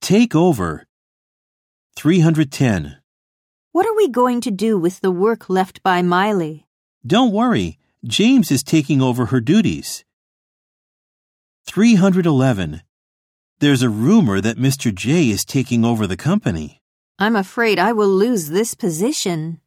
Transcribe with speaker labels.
Speaker 1: Take over. 310.
Speaker 2: What are we going to do with the work left by Miley?
Speaker 1: Don't worry, James is taking over her duties. 311. There's a rumor that Mr. J is taking over the company.
Speaker 2: I'm afraid I will lose this position.